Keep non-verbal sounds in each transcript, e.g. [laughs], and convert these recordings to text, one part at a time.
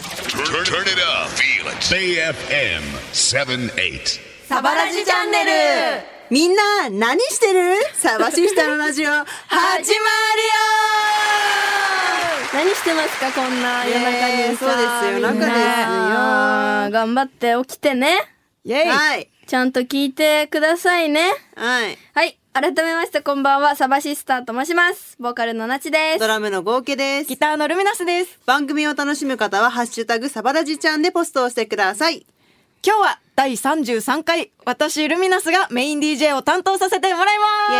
Turn, turn it up. Feel it. AFM 78. サバラジチャンネルみんな何してるサバシスタのラジオ始まるよ何してますかこんな夜中にさ、ねえそうですよみん夜中ですなよ頑張って起きてねイェイはい。ちゃんと聞いてくださいねはい。はい改めましてこんばんはサバシスターと申しますボーカルのなちですドラムの合計です。ターのルミナスです。番組を楽しむ方は、ハッシュタグサバラジちゃんでポストをしてください。今日は第33回、私ルミナスがメイン DJ を担当させてもらいます。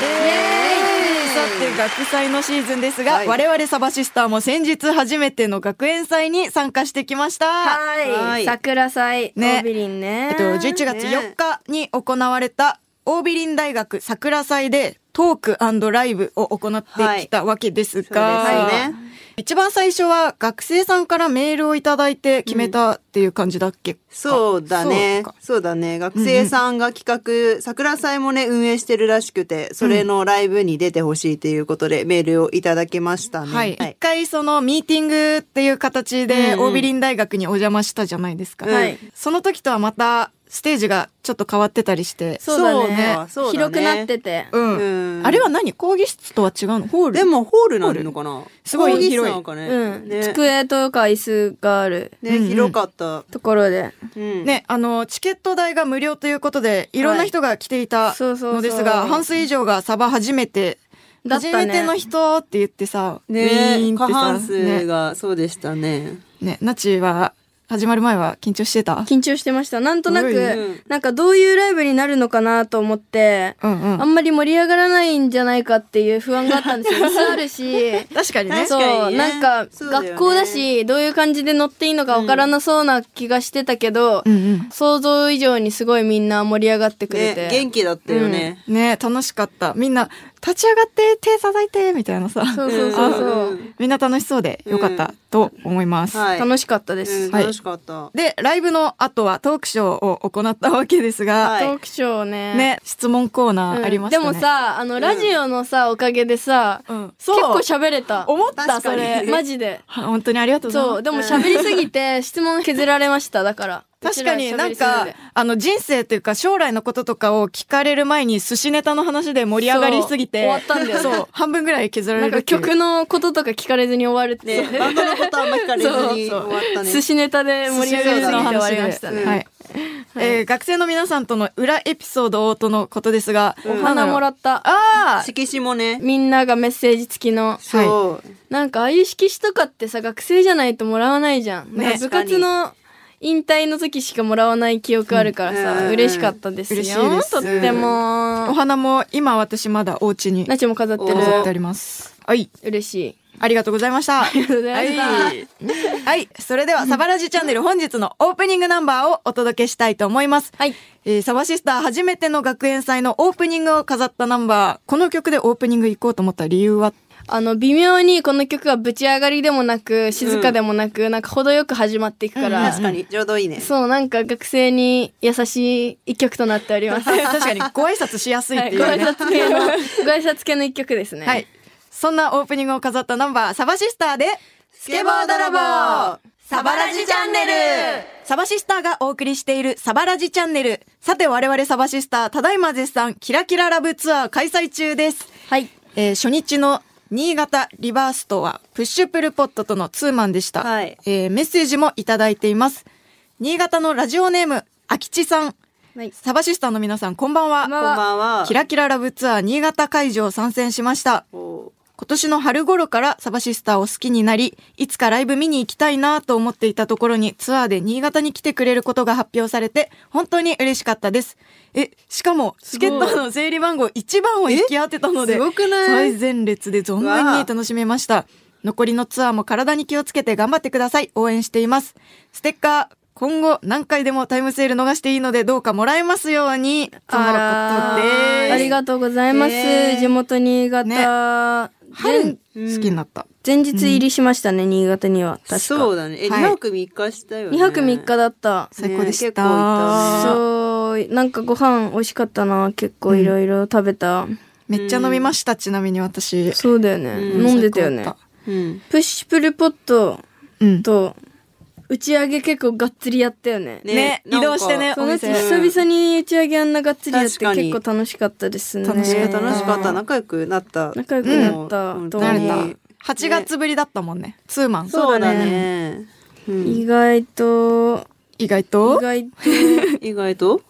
イエーイさて学祭のシーズンですが、はい我々サバシスターも先日初めての学園祭に参加してきました。はいはい桜祭オねービリンねえっと、11月4日に行われた、オービリン大学桜祭でトークライブを行ってきたわけですが、はいそうですね一番最初は学生さんからメールをいただいて決めたっていう感じだっけ、そうだねそうか。そうだね。学生さんが企画、桜祭もね、運営してるらしくて、それのライブに出てほしいということで、メールをいただきましたね。はい。一、回そのミーティングっていう形で、うんうんオービリン大学にお邪魔したじゃないですか。はいその時とはまた、ステージがちょっと変わってたりして。そうだそねうだそうだね広くなってて、うん。うんあれは何講義室とは違うのホールで、も、ホールなのかなすごい広い講義室なのかね。うんね机とか椅子があるね、広かった。ところでうん。ね、あの、チケット代が無料ということで、いろんな人が来ていたそうそうそうのですが、半数以上がサバ初めて、だっ初たねめての人って言ってさ、ウィーンって過さ半数ねがそうでしたね。ね、ナチは、始まる前は緊張してた緊張してましたなんとなく、すごいねなんかどういうライブになるのかなと思って、うんうんあんまり盛り上がらないんじゃないかっていう不安があったんです [laughs] よ椅子あるし確かにね。そう確かにねなんかそうだよね学校だしどういう感じで乗っていいのかわからなそうな気がしてたけど、うん想像以上にすごいみんな盛り上がってくれて、ね、元気だったよね。うん。ね、楽しかった。みんな、立ち上がって、手叩いて、みたいなさ。そうそうそうそうう、んみんな楽しそうでよかったと思います。はい。楽しかったでうす、んはい楽しかった。で、ライブの後はトークショーを行ったわけですが、はいトークショーねね、質問コーナうーんありましたね。でも、さあのラジオのさ、おかげでさ、うん、結構喋れた思った確そそかにれ。れ [laughs] マジでは本当にありがとうございます。そうでも喋りすぎて質問削られましただから確かにうちなら喋んりすぎてか、あの人生というか将来のこととかを聞かれる前に寿司ネタの話で盛り上がりすぎて、そう終わったんだよねそう、半分ぐらい削らなれんるかっていう曲のこととか聞かれずに終わるって、ね、バンドのことはあんま聞かれずに終そうそうわったね。寿司ネタで盛り上がりすぎて終わりましたね、うんはい。えー学生の皆さんとの裏エピソードをとのことですが、お花もらっったああ色紙もね。みんながメッセージ付きのそう。なんかああいう色紙とかってさ学生じゃないともらわないじゃん,、ねなんか部活の引退の時しかもらわない記憶あるからさ、うん嬉しかったですよ嬉しいですとっておも花も今私まだお家になちも飾ってお飾ってあるります。はい。嬉しいありがとうございました。りがとうございましたはい。はい。それでは、サバラジチャンネル本日のオープニングナンバーをお届けしたいと思います。はいえーサバシスター初めての学園祭のオープニングを飾ったナンバー。この曲でオープニング行こうと思った理 [laughs] 由はあの微妙にこの曲がぶち上がりでもなく静かでもなく、なんか程よく始まっていくから、確かに、ちょうどいいね。そうなんか学生に優しい一曲となっております。 [laughs] はい確かに [laughs] ご挨拶しやすいごっていうね。挨拶系の [laughs] ご挨拶系の一曲ですね。はい。そんなオープニングを飾ったナンバー、サバシスターで、スケボー泥棒サバラジチャンネルサバシスターがお送りしているサバラジチャンネル。さて我々サバシスター、ただいま絶賛、キラキララブツアー開催中です。はい。えー初日の新潟リバースとはプッシュプルポットとのツーマンでした、はいえーメッセージもいただいています新潟のラジオネームあきちさんはい。サバシスターの皆さんこんばんはこんばこんばんは。キラキララブツアー新潟会場参戦しましたお今年の春頃からサバシスターを好きになり、いつかライブ見に行きたいなと思っていたところにツアーで新潟に来てくれることが発表されて、本当に嬉しかったです。え、しかも、チケットの整理番号1番を引き当てたので、えすごくない最前列で存分に楽しめました。残りのツアーも体に気をつけて頑張ってください。応援しています。ステッカー、今後何回でもタイムセール逃していいのでどうかもらえますように、とのことです。ありがとうございます。ね地元新潟、春、前好きになった。前日入りしましたね、新潟には。確か。そうだね。え、はい2泊3日したよね。 2泊3日だった。最高でしたね結構いたねそう、なんかご飯美味しかったな。結構いろいろ食べた。めっちゃ飲みました、ちなみに私。そうだよね。飲んでたよね最高だっ。うん。プッシュプルポットうん。と、打ち上げ結構がっつりやったよね。ねねなんか [laughs] 移動してねそうだってお店久々に打ち上げあんながっつりやって結確かに構楽しかったですね。楽しかった、ね楽しかった、仲良くなった。仲良くなったうんと思慣れうた本当に8月ぶりだったもんねツーマンそうだね。うん意外と、意外意と外と、意外と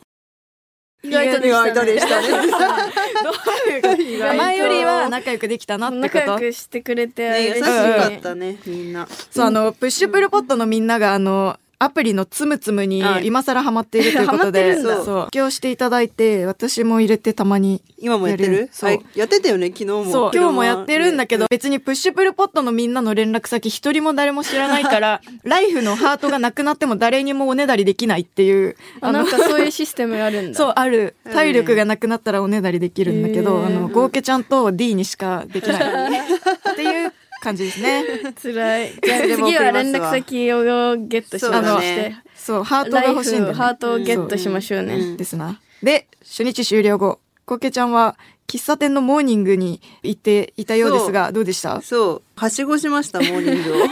意外と [laughs] で意外とでししたたね。ね。意外と前よりは仲良くできたなってこ仲良とくしてくれて、ね優し嬉かいったね、みんな。そうあのプッシュプルポットのみんながあのアプリのつむつむにはい今更ハマっているということハマでってるんそだうそう起業していただいて私も入れてたまに今もやってやるるそうあやってたよね、昨日も。そう今日もやってるんだけど。ど別にプッシュプルポットのみんなの連絡先一人も誰も知らないからライフのハートがなくなっても誰にもおねだりできないっていうああなのんかそういうシステムがあるんだ。そうある体力がなくなったらおねだりできるんだけど、へーあのゴーケちゃんと D にしかできないっていう感じですね。辛い。じゃあでも次は連送ります絡わ先をゲットしそうまあだのしてね。そうハートが欲しラいんだよ、イね、フハートをゲッそトしましょうね。うんうですな。で初日終了後ゴーケちゃんは喫茶店のモーニングに行っていたようですがどうでしたそう、はしごしました、モーニン [laughs] グを。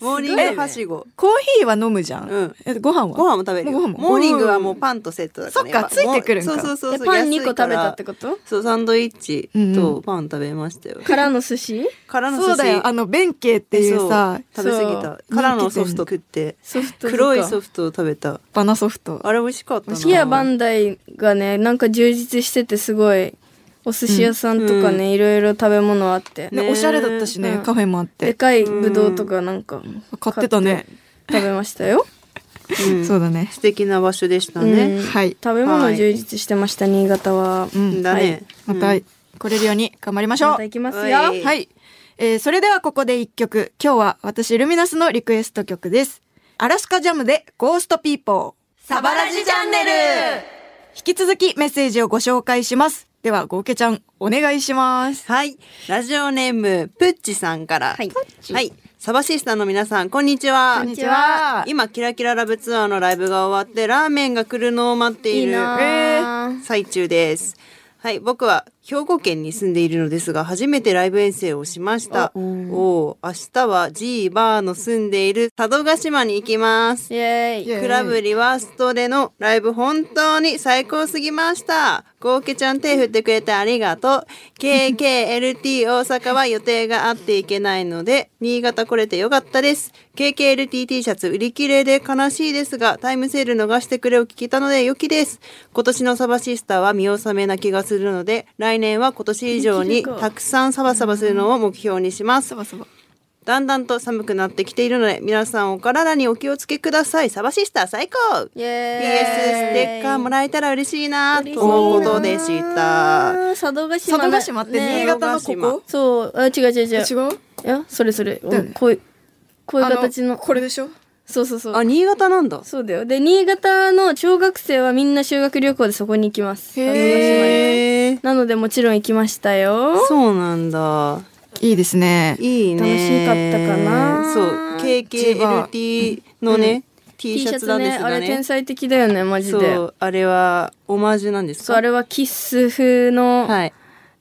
モーニングはしご。コーヒーは飲むじゃん、うんえご飯はご飯も食べるよ。ご飯もモーニングはもうパンとセットだからね。そっかやぱもうついてくるんかそうそうそうでそう。パン2個安いか食べらたってことそう、サンドイッチうんうとパン食べましたよ。からの寿司からの寿司。そうだよあの弁慶っていうさそう食べ過ぎそた。からのソフト食って。ソフトとか黒いソフトを食べた。バナソフトあれ美味しかったな。ピアバンダイがねなんか充実しててすごいお寿司屋さんとかね、いろいろ食べ物あって、ねねおしゃれだったしね、うんカフェもあっでてかいぶどうとかなんか買ってたね食べましたよ、うんそうだね素敵な場所でしたうんね。はい食べ物充実してました新潟は、うんだね。また来れるように頑張りましょう、また行きますよおいはい、えーそれではここで一曲今日は私ルミナスのリクエスト曲ですアラスカジャムでゴーストピーポーサバラジチャンネル引き続きメッセージをご紹介しますではゴーケちゃんお願いしますはい。ラジオネーム、プッチさんから。はいプッチはい。サバシスタの皆さん、こんにちは。こんにちは今、キラキララブツアーのライブが終わって、ラーメンが来るのを待っている。いいなあえー最中です。はい、僕は兵庫県に住んでいるのですが、初めてライブ遠征をしました。おおー、明日は G バーの住んでいる佐渡島に行きますイ。エイエーイーイクラブリワーストでのライブ本当に最高すぎました。ゴーケちゃん手振ってくれてありがとう。KKLT 大阪は予定があっていけないので、新潟来れてよかったです。KKLTT シャツ売り切れで悲しいですが、タイムセール逃してくれを聞けたので良きです。今年のサバシスターは見納めな気がするので、来年は今年以上にたくさんサバサバするのを目標にします。バサバだんだんと寒くなってきているので皆さんお体にお気をつけくださいサバシスター最高 PS イエーイステッカーもらえたら嬉しいな嬉しいなとのことでした佐渡島佐渡島って新潟のこねこ、そうあ違う違う違う違ういやそれそれ、だよねこういうこういう形のあこれでしょそうそうそうあ新潟なんだそうだよ。で、新潟の小学生はみんな修学旅行でそこに行きます。へへえなのでもちろん行きましたよ。そうなんだいいですねいいね楽しかったかなそう KKLT のね、T T シシャャツツなんでね、すあがれ天ね才的だよね、マジそで。うあれはオマージュなんですかそう、あれはキッス風のはい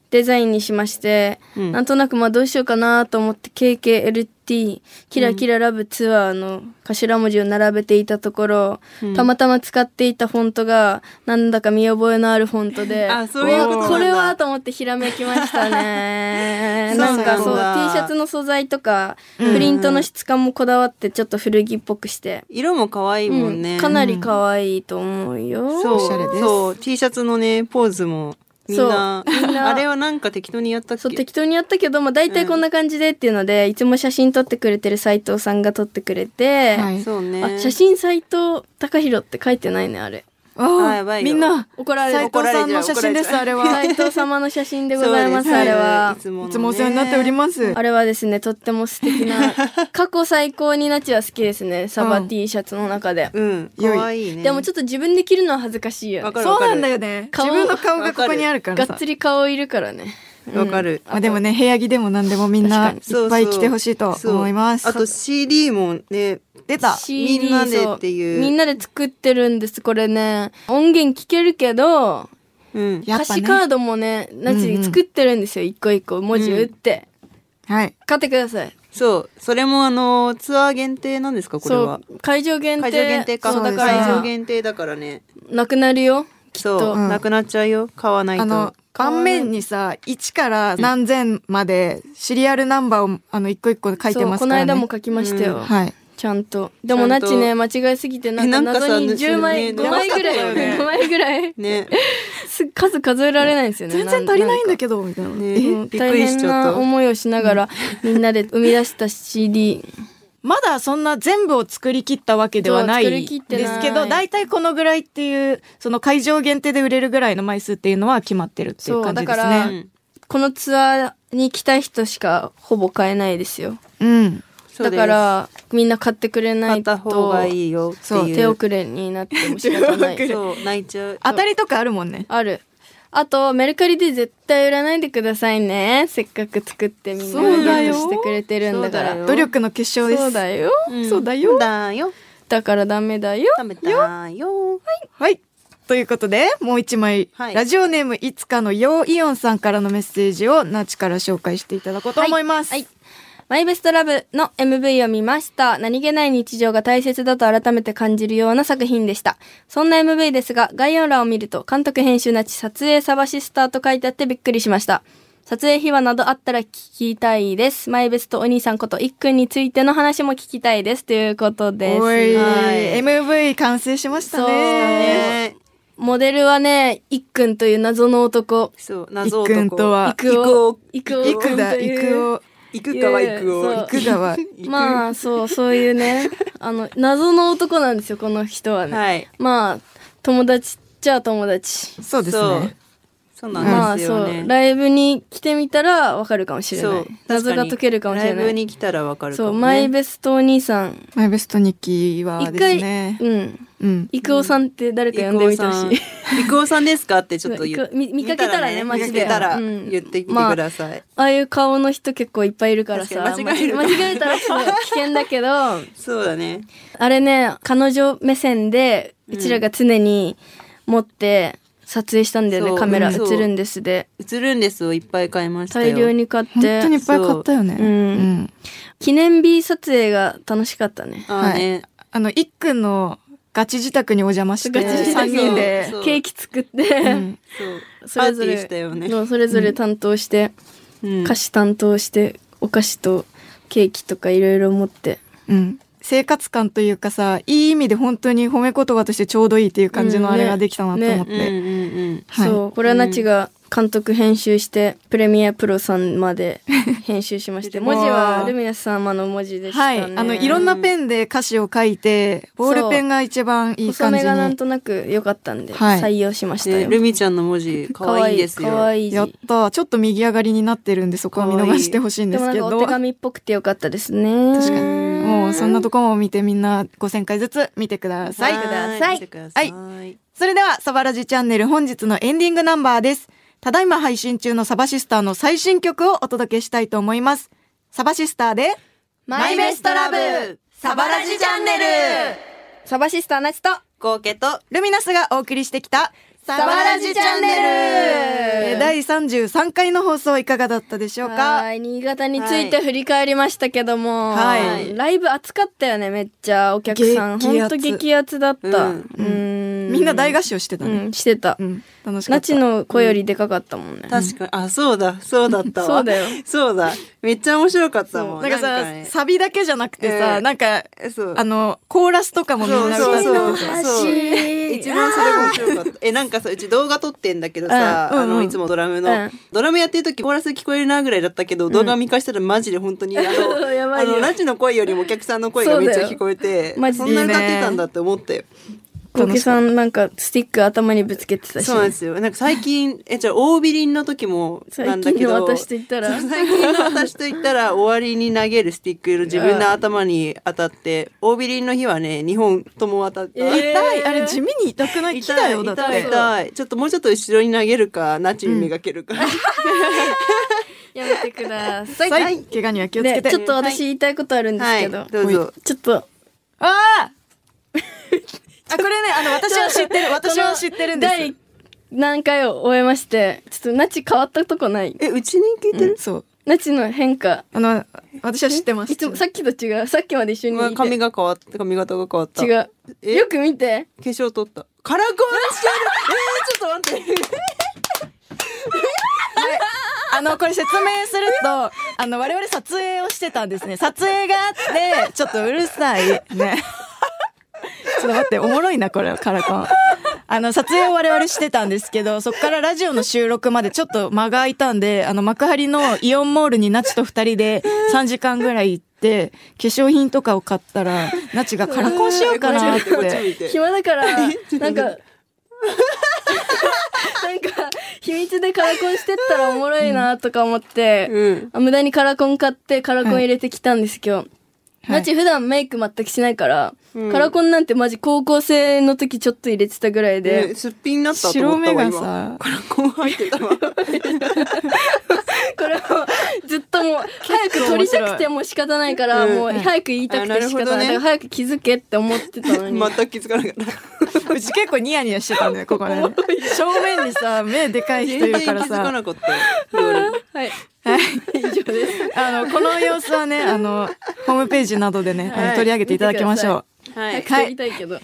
デザインにしまして、うんなんとなくまあどうしようかなと思って KKLT、キラキララブツアーの頭文字を並べていたところ、たまたま使っていたフォントがなんだか見覚えのあるフォントで、 [laughs] あそういうことなんだ。おこれはと思ってひらめきましたね [laughs] そうななんんだかそう T シャツの素材とか、プリントの質感もこだわってちょっと古着っぽくして、色も可愛いもんね、うんかなり可愛いと思うよ。そうおしゃれですそう T シャツのねポーズもみんなそうみん [laughs] なあれはなんか適当にやったっそうけ適当にやったけど、まあ、大体こんな感じでっていうので、いつも写真撮ってくれてる斎藤さんが撮ってくれて、はいそうねあ写真斎藤貴弘って書いてないねあれああやばいよみんな怒られ斉る藤さんの写真ですあれは斎藤様の写真でござ [laughs] いますあれはいつも,、いつもお世話になっておりますあれはですねとっても素敵な過去最高になっちは好きですねサバうん T シャツの中で、すうん可愛いねでもちょっと自分で着るのは恥ずかしいよわねかるそうわかるなんだよね自顔分の顔がここにあるからがさっつり顔いるからねわかる、まあでもね部屋着でも何でもみんないっそうぱいそう来てほしいと思います。そうあと CD もね出た。 CD みんなでっていうそみんなで作ってるんですこれね音源聞けるけどうんや歌っぱね詞カードもねなうんうんち作ってるんですよ、一個一個文字打って、はい。買ってくださいそうそれもあのツアー限定なんですかこれそはう会場限定会場限定かそうだか会場ら限定だからねなくなるよきっそう、と、んなくなっちゃうよ買わないあのと、盤面にさ、1から何千までシリアルナンバーをあの一個一個書いてそまうこすかのらね。間も書きましたよ、はい。ちゃんとちでゃもんとナッチね間違えすぎてなえんなかんかさ謎に盗んで10枚ね5枚ぐらやばかったよいね5枚ぐらいねす数数えられないんですよね全然足りないんだどけど、みたいな。ねえびっく大りし変ちゃったな思いをしながらみんなで生み出した CD まだそんな全部を作り切ったわけではないそう作でり切ってないすけど、大体このぐらいっていう、その会場限定で売れるぐらいの枚数っていうのは決まってるっていう感じでそすうだからね。んこのツアーに来た人しかほぼ買えないですようん。そうだですからみんな買ってくれな買っいたと方がいいよってそういう手遅れになっても仕方な手遅いれそう泣いちゃう当たりとかあるもんね。あるあとメルカリで絶対売らないでくださいねせっかく作ってみんなそうだゲよットしてくれてるんだからそうだよ努力の結晶です。そうだよんそうだよだよだからダメだよ食べたよはい。ということで、もう一枚、はいラジオネームいつかのヨーイオンさんからのメッセージをナチから紹介していただこうと思います。はい。はいマイベストラブの MV を見ました。何気ない日常が大切だと改めて感じるような作品でした。そんな MV ですが、概要欄を見ると、監督編集なち撮影サバシスターと書いてあってびっくりしました。撮影秘話などあったら聞きたいです。マイベストお兄さんこといっくんについての話も聞きたいです。ということです。おい、はい MV 完成しましたそうね。ねモデルはね、いっくんという謎の男。そういっ謎くんと男は、いくお。いくお。いくだ、といいうくお、行くかは行くそうをいく [laughs] だは。まあそうそういうねあの謎の男なんですよこの人はね、はいまあ友達っちゃ友達そうですね。そうなんですよまあそうねライブに来てみたらわかるかもしれなそいう謎が解けるかもしれラなイブい、に来たらわかるかそもうねマイベストお兄さんマイベスト日記は一です回、ね。うんうん。イクオさんって誰か呼んでみてほしい郁夫さんですかってちょっと言っ郁夫見見かけたらねマ見ジかでけたらうん言ってみてください。ああいう顔の人結構いっぱいいるからさ確かに間違える間違えたらちょっと危険だけどそうだね。あれね、彼女目線で、うちらが常に持って撮影したんだよね、そうカメラうん映るんですで。映るんですをいっぱい買いましたよ。大量に買って。本当にいっぱい買ったよね。そううん記念日撮影が楽しかったね。あーね。あの、いっくんのガチ自宅にお邪魔しガて、チ自宅3人でそ。うケーキ作っうて、んそう。それパぞーティーしたよれ、ねそうそれぞれ担当して、うん歌詞担当して、お菓子とケーキとかいろいろ持って。うん生活感というかさ、いい意味で本当に褒め言葉としてちょうどいいっていう感じのうんあねれができたなと思って。うんうんうん。はいそう、これはナチが監督編集して、プレミアプロさんま [laughs] で編集しまして、文字はルミナス様の文字でしたはね。い。あの、いろんなペンで歌詞を書いて、ボールペンが一番いい細感じめがなんに。となく良かったんで、はい採用しましたでよ。ルミちゃんの文字可愛いですよ。可愛いやっ字。た。ちょっと右上がりになってるんで、そこは見逃してほしいんでですもなんけかど。お手紙っぽくて良かったですね。確かに。もうそんなとこも見てみんな5000回ずつ見てください。は見てください。はい。それでは、サバラジチャンネル本日のエンディングナンバーです。ただいま配信中のサバシスターの最新曲をお届けしたいと思います。サバシスターで、マイベストラブサバラジチャンネルサバシスターナチとコウケとルミナスがお送りしてきた、サバラジチャンネルえー第33回の放送いかがだったでしょうかはい新潟について振り返りましたけども、はいライブ暑かったよねめっちゃお客さん激ア本ツ当激アツだった、ううんん、みんな大合唱してたうね。んしてた、うん、楽しかナった。チの声よりでかかったもんね、確かに、あ、そうだ、そうだったわ。そうだよ。そうだ。めっちゃ面白かったもん。なんかさ、ねサビだけじゃなくてさ、うんなんか、そうあの、コーラスとかもみんな歌ってたそうそう橋そう一番それが面白かった。え、なんかさ、うち動画撮ってんだけどさ、うんあうんの、うんいつもドラムうのん、ドラムやってる時コーラス聞こえるなぐらいだったけど、動画見返したらマジで本当に、あ [laughs] やの、ばあいよの、ラジの声よりもお客さんの声がめっちそうゃだよ聞こえてマ、ジそでんな歌ってたんだって思ったよ。小池さんなんかスティック頭にぶつけてたしそうなんですよ。なんか最 [laughs] 近、え、じゃあ大ビリンの時もなんだけど、最近の私と言ったらそう最近の私と言った [laughs] ら、終わりに投げるスティックの自分の頭に当たって、大ビリンの日はね、2本とも当たって。痛い、あれ地味に痛くない木だよ、だって。痛い痛いちょっともうちょっと後ろに投げるか [laughs] ナチに磨けるか、やめてください。はい、怪我には気をつけて。でちょっと私言いたいことあるんですけど。はいどうぞちょっと。あああこれね、あの、私は知って [laughs] る、私は知ってるんで第何回を終えまして、ちょっとナチ変わったとこない。えうちに聞いてる、す。そう。那智の変化あの私は知ってますいつもさっきと違うさっきまで一緒にいて髪が変わった髪型が変わった違うえよく見て化粧取ったカラコン [laughs] してるえー、ちょっと待ってあのこれ説明するとあの我々撮影をしてたんですね撮影があってちょっとうるさいね [laughs] ちょっと待っておもろいなこれカラコンあの撮影を我々してたんですけどそこからラジオの収録までちょっと間が空いたんであの幕張のイオンモールにナチと2人で3時間ぐらい行って化粧品とかを買ったらナチがカラコンしようかなっこっち見てて暇だ [laughs] から [laughs] なんかなんか秘密でカラコンしてったらおもろいなとか思って、うんあ無駄にカラコン買ってカラコン入れてきたんです今日はいナチ普段メイク全くしないから、うんカラコンなんてマジ高校生の時ちょっと入れてたぐらいで、ねすっぴんになったと白思った目わが今さカラコン入ってたわこれをずっともう早く撮りたくても仕方ないから、うんもう早く言いたくて仕方あなるほどないねだから早く気づけって思ってた [laughs] のに、全く気づかなかったうち結構ニヤニヤしてたんだよここね正面にさ目でかい人全い然る気からづかさなかったよ [laughs] [laughs] はいはい以上です [laughs] あの、この様子はね、あの、ホームページなどでね、あのはい取り上げていただきましょう。は早いく撮りたいけど、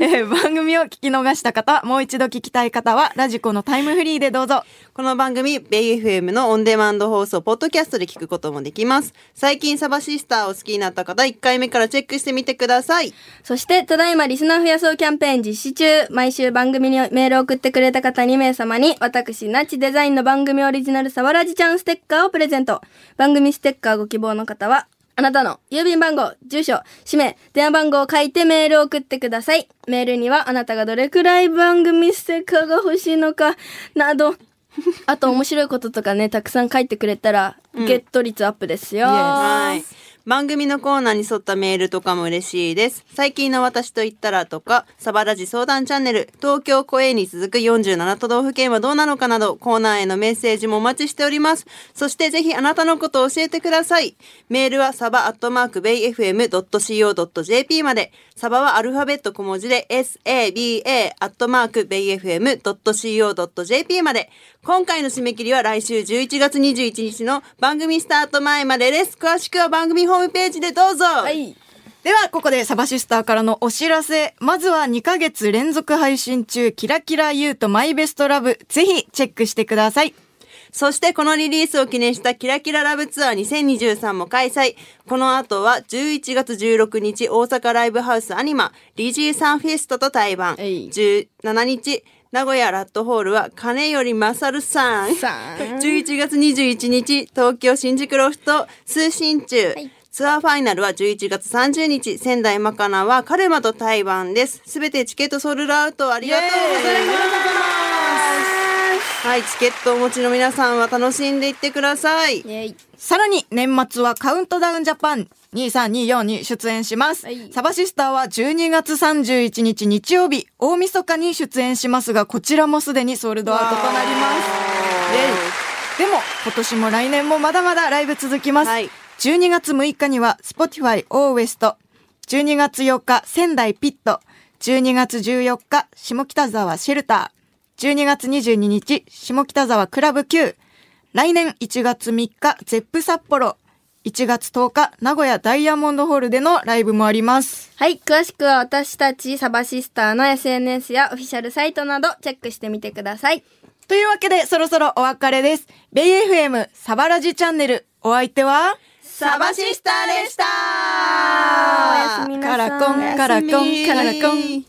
えー番組を聞き逃した方、もう一度聞きたい方は、ラジコのタイムフリーでどうぞ。この番組、ベイ FM のオンデマンド放送、ポッドキャストで聞くこともできます。最近サバシスターを好きになった方、1回目からチェックしてみてください。そして、ただいまリスナー増やそうキャンペーン実施中。毎週番組にメールを送ってくれた方2名様に、私、ナチデザインの番組オリジナルサワラジちゃんステッカーをプレゼント。番組ステッカーご希望の方は、あなたの郵便番号、住所、氏名、電話番号を書いてメールを送ってください。メールには、あなたがどれくらい番組ステッカーが欲しいのか、など、 [laughs] あと面白いこととかね、たくさん書いてくれたら、ゲット率アップですよ。はい。番組のコーナーに沿ったメールとかも嬉しいです。最近の私と言ったらとか、サバラジ相談チャンネル、東京声に続く47都道府県はどうなのかなど、コーナーへのメッセージもお待ちしております。そしてぜひあなたのことを教えてください。メールはサバアットマークベイ FM.co.jp まで、サバはアルファベット小文字で saba アットマークベイ FM.co.jp まで。今回の締め切りは来週11月21日の番組スタート前までです。詳しくは番組ホームページでどうぞ。はは。いでは、ここでサバシスターからのお知らせ。まずは2ヶ月連続配信中、キラキラ U とマイベストラブ。ぜひ、チェックしてください。そしてこのリリースを記念したキラキララブツアー2023も開催。この後は11月16日大阪ライブハウスアニマリジーさんフェストと対バン。えい17日名古屋ラットホールは金よりまさるさん。さん11月21日東京新宿ロフト通信中。いツアーファイナルは11月30日、仙台マカナはカルマと対バンです。すべてチケットソールドアウトありがとうございます。はい、チケットをお持ちの皆さんは楽しんでいってください。イェイさらに年末はカウントダウンジャパン2324に出演します。はいサバシスターは12月31日日曜日、大晦日に出演しますが、こちらもすでにソールドアウトとなります。イェイでも、今年も来年もまだまだライブ続きます。はい12月6日には Spotify オーウエスト、12月4日仙台ピット、12月14日下北沢シェルター、12月22日下北沢クラブ Q、来年1月3日ゼップ札幌、1月10日名古屋ダイヤモンドホールでのライブもあります。はい、詳しくは私たちサバシスターの SNS やオフィシャルサイトなどチェックしてみてください。というわけでそろそろお別れです。ベイ FM サバラジチャンネル、お相手はサバシスターでしたおやすみなカさいラコンカラコンカラコン。